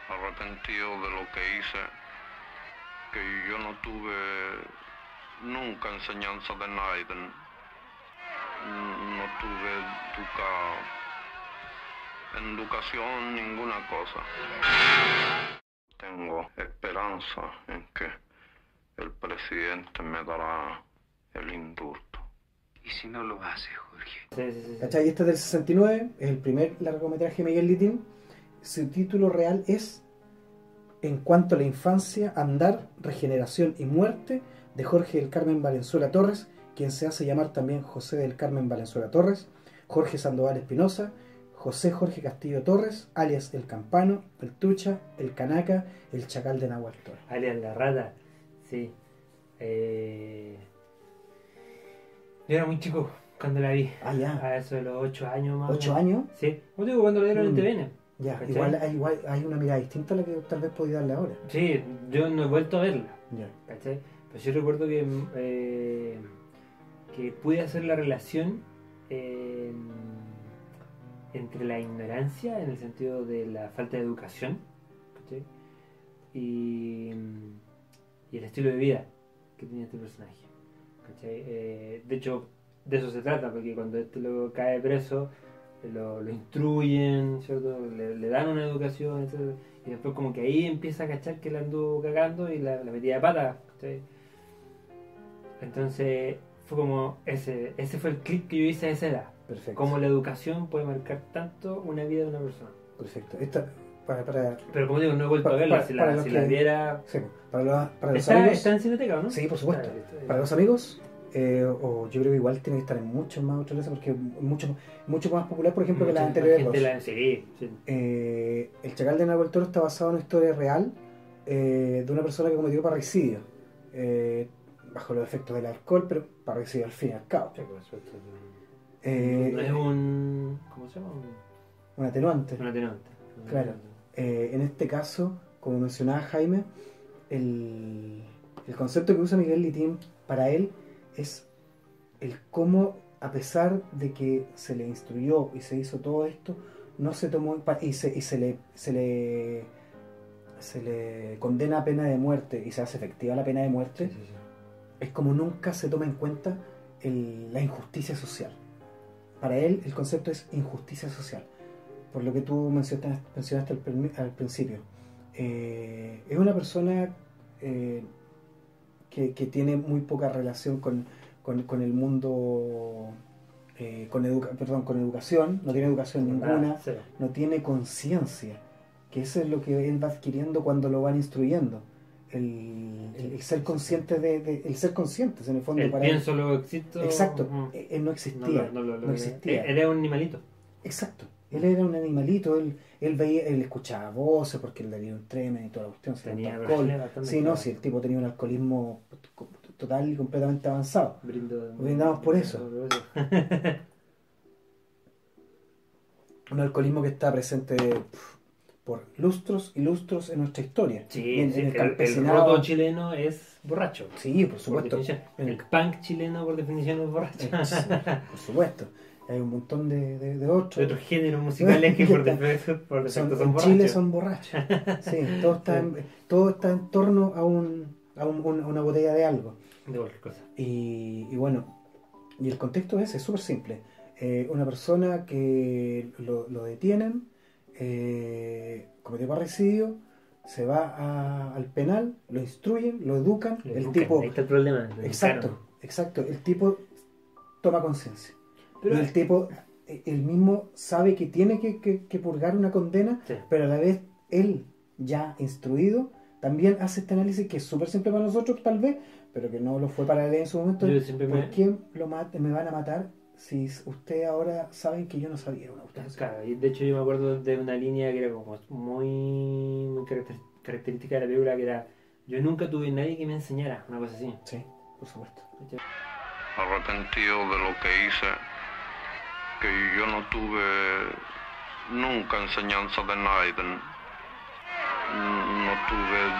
Speaker 5: arrepentido de lo que hice, que yo no tuve nunca enseñanza de nadie, n- no tuve educa- educación, ninguna cosa. Tengo esperanza en que el presidente me dará el indulto.
Speaker 6: ¿Y si no lo hace, Jorge?
Speaker 1: Sí, sí, sí, sí.
Speaker 2: ¿Cachai? Este es del 69, es el primer largometraje de Miguel Litín. Su título real es En cuanto a la infancia, andar, regeneración y muerte de Jorge del Carmen Valenzuela Torres, quien se hace llamar también José del Carmen Valenzuela Torres, Jorge Sandoval Espinosa, José Jorge Castillo Torres, alias El Campano, El Tucha, El Canaca, El Chacal de Nahuel Toro.
Speaker 1: Alias la rata. Sí. Eh... Yo era muy chico cuando la vi.
Speaker 2: Ah, ya.
Speaker 1: A eso de los 8 años más. o
Speaker 2: ¿Ocho
Speaker 1: menos.
Speaker 2: años?
Speaker 1: Sí. Como digo, cuando la dieron
Speaker 2: Mm.
Speaker 1: en TVN.
Speaker 2: Ya.
Speaker 1: ¿Cachai?
Speaker 2: Igual, hay- igual hay una mirada distinta a la que tal vez podía darle ahora.
Speaker 1: Sí, yo no he vuelto a verla.
Speaker 2: Ya.
Speaker 1: ¿Cachai? Pues yo recuerdo que, mm, eh, que pude hacer la relación eh, entre la ignorancia, en el sentido de la falta de educación, ¿cachai? Y, mm, y el estilo de vida que tenía este personaje. ¿cachai? Eh, de hecho, de eso se trata, porque cuando este lo cae preso, lo, lo instruyen, ¿cierto? Le, le dan una educación, etcétera. Y después como que ahí empieza a cachar que la anduvo cagando y la, la metía de pata. ¿cachai? Entonces fue como ese, ese fue el clip que yo hice a esa edad.
Speaker 2: Perfecto.
Speaker 1: Cómo la educación puede marcar tanto una vida de una persona.
Speaker 2: Perfecto. Esta, para, para,
Speaker 1: Pero como digo, no he vuelto a
Speaker 2: Pa-
Speaker 1: verla.
Speaker 2: pa-
Speaker 1: si
Speaker 2: para
Speaker 1: la,
Speaker 2: los
Speaker 1: si
Speaker 2: que-
Speaker 1: la viera...
Speaker 2: sí, para, los- para los
Speaker 1: Está,
Speaker 2: amigos.
Speaker 1: está en Cineteca, ¿o ¿no?
Speaker 2: Sí, por supuesto.
Speaker 1: Está, está, está.
Speaker 2: Para los amigos, eh, o yo creo que igual tiene que estar en muchos más otros lugares porque es mucho, mucho más popular, por ejemplo, que
Speaker 1: Mucha
Speaker 2: las
Speaker 1: gente
Speaker 2: anteriores. dos.
Speaker 1: la- Sí, sí.
Speaker 2: Eh, el Chacal de Nahuel Toro está basado en una historia real eh, de una persona que cometió parricidio. eh, bajo los efectos del alcohol, pero parricidio al fin y al cabo.
Speaker 1: Sí, por supuesto.
Speaker 2: Eh,
Speaker 1: no es un... ¿Cómo se llama? Un,
Speaker 2: un atenuante.
Speaker 1: un atenuante.
Speaker 2: Claro. Eh, en este caso, como mencionaba Jaime, el, el concepto que usa Miguel Litín para él es el cómo, a pesar de que se le instruyó y se hizo todo esto, no se tomó en pa- y se, y se le se le se le condena a pena de muerte y se hace efectiva la pena de muerte,
Speaker 1: Sí, sí, sí.
Speaker 2: es como nunca se toma en cuenta el- la injusticia social. Para él el concepto es injusticia social, por lo que tú mencionaste, mencionaste al, primi- al principio. Eh, es una persona eh, que, que tiene muy poca relación con, con- con el mundo, eh, con, educa perdón, con educación, no tiene educación ninguna,
Speaker 1: Nada, cero.
Speaker 2: no tiene conciencia, que eso es lo que él va adquiriendo cuando lo van instruyendo. El, el- el ser consciente de, de- el ser conscientes en el fondo
Speaker 1: El
Speaker 2: para él.
Speaker 1: pienso, luego existo.
Speaker 2: Exacto,
Speaker 1: Ujú.
Speaker 2: eh, eh,
Speaker 1: No,
Speaker 2: no
Speaker 1: lo-
Speaker 2: existía.
Speaker 1: no, lo- lo-
Speaker 2: no existía.
Speaker 1: eh, Era un animalito.
Speaker 2: Exacto. Él era un animalito, él, él veía, él escuchaba voces porque él le dio un tremen y toda la cuestión, se
Speaker 1: Tenía
Speaker 2: levantó alcohol.
Speaker 1: problemas también,
Speaker 2: Sí, no,
Speaker 1: claro.
Speaker 2: sí, el tipo tenía un alcoholismo co- total y completamente avanzado.
Speaker 1: Brindo-
Speaker 2: Brindamos por eso. Un alcoholismo que está presente pf, por lustros y lustros en nuestra historia.
Speaker 1: sí,
Speaker 2: en,
Speaker 1: sí, el,
Speaker 2: en el
Speaker 1: el
Speaker 2: campesinado.
Speaker 1: roto chileno es borracho.
Speaker 2: sí, por
Speaker 1: Por
Speaker 2: supuesto.
Speaker 1: definición.
Speaker 2: En
Speaker 1: El punk chileno, por definición, es borracho.
Speaker 2: Por supuesto. Hay un montón de, de, de otros.
Speaker 1: Hay otros géneros musicales que por defecto, por
Speaker 2: Son-
Speaker 1: defecto son,
Speaker 2: en
Speaker 1: borrachos.
Speaker 2: Chile son borrachos. Sí, todo está, en, todo está en torno a, un, a un- un- una botella de algo.
Speaker 1: De cualquier cosa.
Speaker 2: Y, y bueno, y el contexto ese es súper simple. Eh, una persona que lo, lo detienen, eh, cometió parricidio, se va a- al penal, lo instruyen, lo educan,
Speaker 1: Lo
Speaker 2: el
Speaker 1: educan,
Speaker 2: tipo...
Speaker 1: Ahí está el problema. lo
Speaker 2: Exacto,
Speaker 1: educaron.
Speaker 2: exacto. El tipo toma conciencia.
Speaker 1: Pero
Speaker 2: Y el tipo, eh, el mismo sabe que tiene que, que- que purgar una condena,
Speaker 1: Sí.
Speaker 2: pero a la vez él, ya instruido, también hace este análisis que es súper simple para nosotros, tal vez, pero que no lo fue para él en su momento.
Speaker 1: yo siempre
Speaker 2: ¿Por
Speaker 1: me.
Speaker 2: qué lo mat- me van a matar si ustedes ahora saben que yo no sabía una eutanasia?
Speaker 1: Claro, y Ah, de hecho yo me acuerdo de una línea que era como muy, muy caracter- característica de la película que era yo nunca tuve nadie que me enseñara una cosa así.
Speaker 2: Sí, por supuesto.
Speaker 5: arrepentido de lo que hice, que yo no tuve nunca enseñanza de nadie, no tuve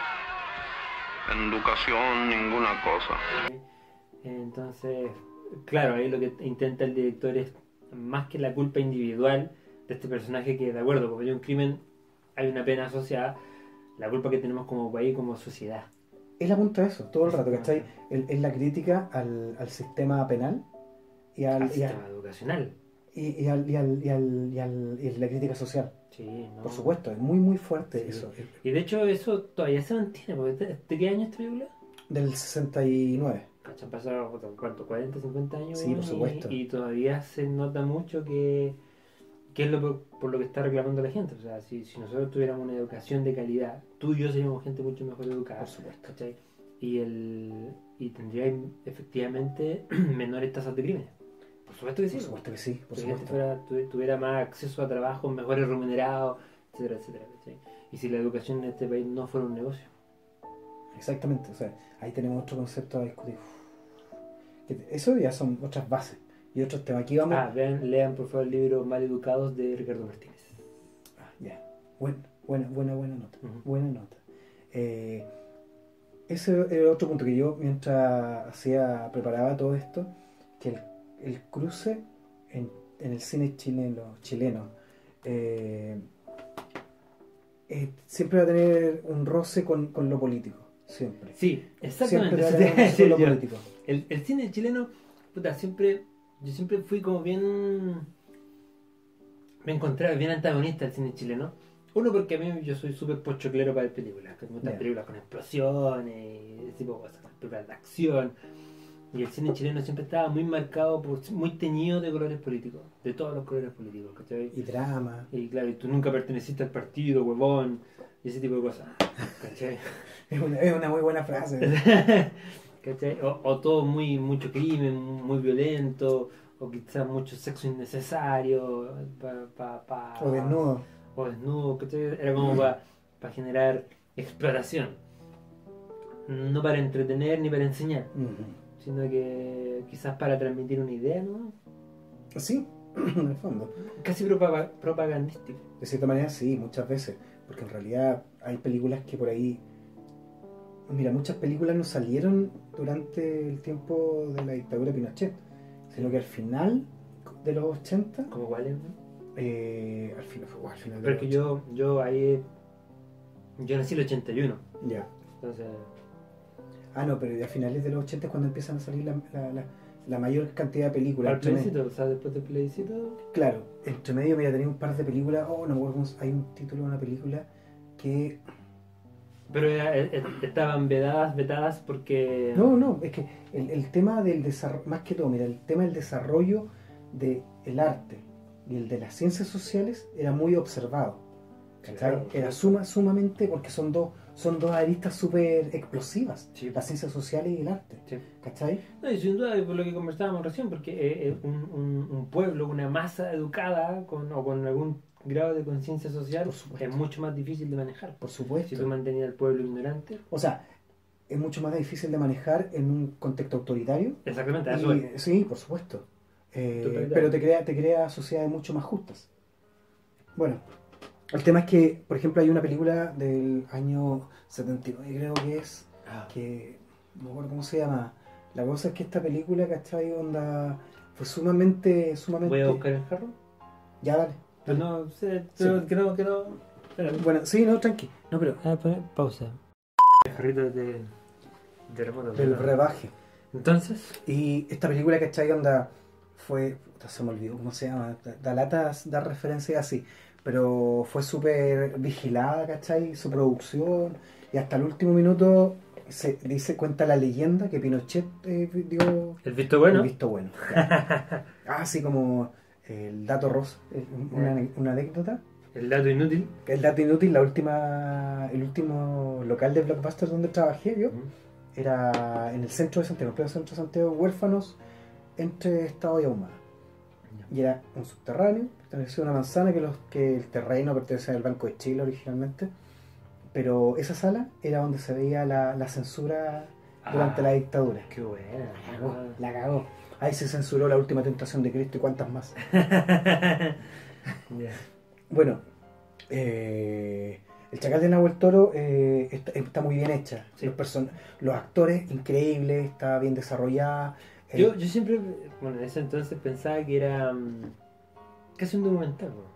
Speaker 5: educa- educación, ninguna cosa.
Speaker 1: Entonces, claro, ahí lo que intenta el director es más que la culpa individual de este personaje que, de acuerdo, porque hay un crimen, hay una pena asociada, la culpa que tenemos como país, como sociedad.
Speaker 2: Él apunta a eso todo el rato, ¿cachai? El- Es la crítica al, al sistema penal y
Speaker 1: Al
Speaker 2: al, y a-
Speaker 1: sistema educacional.
Speaker 2: y, y al, y, al, y, al, y al- y la crítica social.
Speaker 1: Sí, ¿no?
Speaker 2: Por supuesto, es muy, muy fuerte
Speaker 1: Ah. Sí.
Speaker 2: eso.
Speaker 1: Y de hecho eso todavía se mantiene, porque ¿de- ¿de qué año esta película?
Speaker 2: Del 69.
Speaker 1: Cacha, Han pasado puta, ¿cuánto? 40, 50 años.
Speaker 2: Sí, por
Speaker 1: weón, y-
Speaker 2: supuesto.
Speaker 1: Y, todavía se nota mucho que, que es lo por, por lo que está reclamando la gente. O sea, si, si nosotros tuviéramos una educación de calidad, tú y yo seríamos gente mucho mejor educada.
Speaker 2: Por supuesto.
Speaker 1: ¿cachai? Y, el, y tendría efectivamente menores tasas de crímenes. Por supuesto que sí.
Speaker 2: Por supuesto que sí, por
Speaker 1: Si la gente
Speaker 2: supuesto.
Speaker 1: fuera- tu- tuviera más acceso a trabajos mejores remunerados, etcétera, etcétera. ¿cachai? Y si la educación en este país no fuera un negocio.
Speaker 2: Exactamente. O sea, ahí tenemos otro concepto a discutir. Que- Eso ya son otras bases y otros temas. Aquí vamos.
Speaker 1: Ah, vean, lean por favor el libro Maleducados de Ricardo Martínez.
Speaker 2: Ah, ya. Bueno, buena, buena, buena nota.
Speaker 1: Ujú.
Speaker 2: Buena nota. Eh, ese era otro punto que yo, mientras hacía, preparaba todo esto, que el, el cruce en, en el cine chileno, chileno eh, eh, siempre va a tener un roce con, con lo político. Siempre.
Speaker 1: Sí,
Speaker 2: Siempre
Speaker 1: exactamente.
Speaker 2: va a
Speaker 1: eso te
Speaker 2: tener
Speaker 1: iba
Speaker 2: un
Speaker 1: a
Speaker 2: roce con
Speaker 1: decir
Speaker 2: lo
Speaker 1: yo.
Speaker 2: político.
Speaker 1: El, el cine chileno, puta, siempre. Yo siempre fui como bien. Me encontraba bien antagonista el cine chileno. Uno, porque a mí yo soy súper pochoclero para ver películas. Que me gustan
Speaker 2: Ya.
Speaker 1: películas con explosiones y ese tipo de cosas. Películas de acción. Y el cine chileno siempre estaba muy marcado, por, muy teñido de colores políticos. De todos los colores políticos, ¿cachai?
Speaker 2: Y drama.
Speaker 1: Y claro, y tú nunca perteneciste al partido, huevón, y ese tipo de cosas. ¿Cachai?
Speaker 2: Es una, es una muy buena frase.
Speaker 1: ¿Cachai? O, o todo muy mucho crimen, muy violento, o quizás mucho sexo innecesario, pa, pa, pa-
Speaker 2: O desnudo.
Speaker 1: o desnudo, ¿cachai? Era como para generar exploración. No para entretener ni para enseñar,
Speaker 2: Ujú.
Speaker 1: sino que quizás para transmitir una idea, ¿no?
Speaker 2: Sí, en el fondo.
Speaker 1: Casi propa- propagandística.
Speaker 2: De cierta manera sí, muchas veces, porque en realidad hay películas que por ahí... Mira, muchas películas no salieron durante el tiempo de la dictadura de Pinochet, sino que al final de los 80,
Speaker 1: Como cuál es, ¿no?
Speaker 2: eh, al final fue al final de
Speaker 1: Pero es que
Speaker 2: los
Speaker 1: yo, yo ahí. Yo nací en el 81,
Speaker 2: 80. Ya.
Speaker 1: entonces.
Speaker 2: Ah, no, pero a finales de los 80 es cuando empiezan a salir la, la- la- la mayor cantidad de películas.
Speaker 1: Al
Speaker 2: Entre medio-
Speaker 1: plebiscito, o sea, después del plebiscito.
Speaker 2: claro, entre medio, mira, tenía un par de películas, oh, no me acuerdo, cómo se- hay un título de una película que
Speaker 1: Pero era- e- e- estaban vedadas, vetadas porque.
Speaker 2: No, no, es que el, el tema del desarrollo, más que todo, mira, el tema del desarrollo del arte y el de las ciencias sociales era muy observado. ¿cachai?
Speaker 1: Claro.
Speaker 2: Era suma, sumamente, porque son dos, son dos aristas súper explosivas,
Speaker 1: Sí.
Speaker 2: las ciencias sociales y el arte,
Speaker 1: Sí.
Speaker 2: ¿cachai?
Speaker 1: No, y sin duda, y por lo que conversábamos recién, porque eh, eh, un, un- un pueblo, una masa educada con, o con algún grado de conciencia social
Speaker 2: Por supuesto.
Speaker 1: es mucho más difícil de manejar.
Speaker 2: Por
Speaker 1: Si
Speaker 2: supuesto.
Speaker 1: tú mantenías al pueblo ignorante,
Speaker 2: O sea, es mucho más difícil de manejar en un contexto autoritario.
Speaker 1: exactamente, a eso
Speaker 2: Y-
Speaker 1: es.
Speaker 2: sí, por supuesto. Eh,
Speaker 1: Totalitario.
Speaker 2: pero te crea, te crea sociedades mucho más justas. Bueno, el tema es que, por ejemplo, hay una película del año 79, creo que es,
Speaker 1: Ah.
Speaker 2: que no me acuerdo cómo se llama. La cosa es que esta película, ¿cachai? Onda fue sumamente, sumamente.
Speaker 1: Voy a buscar el jarro.
Speaker 2: Ya, dale.
Speaker 1: Pero no, sé, creo que no, que no. Espera,
Speaker 2: Bueno, sí, no, tranqui. No, pero.
Speaker 1: voy a poner pausa. El jarrito de, de remoto.
Speaker 2: Del rebaje.
Speaker 1: Entonces,
Speaker 2: Y esta película, ¿cachai? Onda fue. puta, se me olvidó cómo se llama. Da, da lata dar referencias así. Pero fue súper vigilada, ¿cachai? Su producción. Y hasta el último minuto se dice, cuenta la leyenda que Pinochet eh, dio
Speaker 1: el visto
Speaker 2: el
Speaker 1: bueno.
Speaker 2: visto bueno. Claro. ah, sí, como el dato rosa. eh, Una, una anécdota.
Speaker 1: El dato inútil.
Speaker 2: El dato inútil, la última, el último local de Blockbuster donde trabajé yo era en el centro de Santiago, en pleno centro de Santiago, huérfanos entre Estado y Ahumada.
Speaker 1: Ya.
Speaker 2: Y era un subterráneo, pertenecía a una manzana que, los, que el terreno pertenecía al Banco de Chile originalmente. Pero esa sala era donde se veía la, la censura durante
Speaker 1: Ah,
Speaker 2: la dictadura.
Speaker 1: Qué buena.
Speaker 2: La cagó, la cagó. Ahí se censuró la última tentación de Cristo y cuántas más.
Speaker 1: Ya.
Speaker 2: Bueno, eh, el Chacal de Nahuel Toro eh, está, está muy bien hecha.
Speaker 1: Sí.
Speaker 2: Los, person- los actores, increíbles, está bien desarrollada. Eh, El-
Speaker 1: Yo, yo siempre, bueno, en ese entonces pensaba que era mm, casi un documental. ¿no?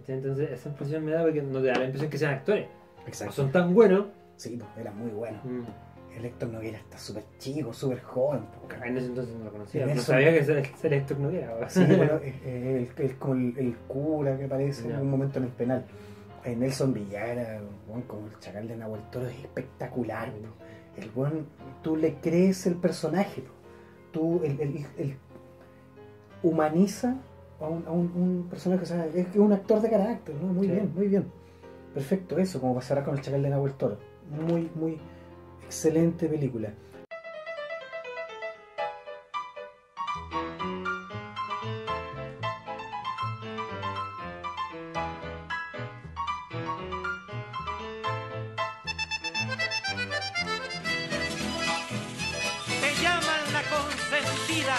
Speaker 1: ¿Cachai? Entonces esa impresión me da porque no te da la impresión que sean actores. O
Speaker 2: Exacto.
Speaker 1: son tan buenos.
Speaker 2: Sí, pues, era muy bueno.
Speaker 1: mm,
Speaker 2: El Héctor Noguera está súper chico, súper joven. po, cara.
Speaker 1: En ese entonces no lo conocía.
Speaker 2: En
Speaker 1: No
Speaker 2: eso-
Speaker 1: sabía que ser- ser Héctor Noguera. ¿no?
Speaker 2: Sí, bueno, es, es- es como el, el cura que aparece
Speaker 1: Ya.
Speaker 2: en un momento en el penal. Eh, Nelson Villara, bueno, como el chacal de Nahuel Toro, es espectacular. po. El buen, tú le crees el personaje. po. Tú el, el- el- humaniza a un, a un- un personaje. O sea, es que es un actor de carácter, ¿no? Muy
Speaker 1: Sí.
Speaker 2: bien, muy bien. Perfecto, eso, como pasará con el chacal de Nahuel Toro. Muy, muy excelente película.
Speaker 4: Te llaman la consentida,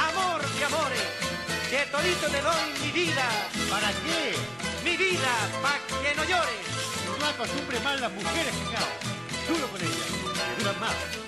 Speaker 4: amor de amores, que todito te doy mi vida,
Speaker 7: ¿Para qué?
Speaker 4: mi vida pa' que no llores.
Speaker 7: No acostumbres mal las mujeres, fijao. Duro con ellas, que duran más.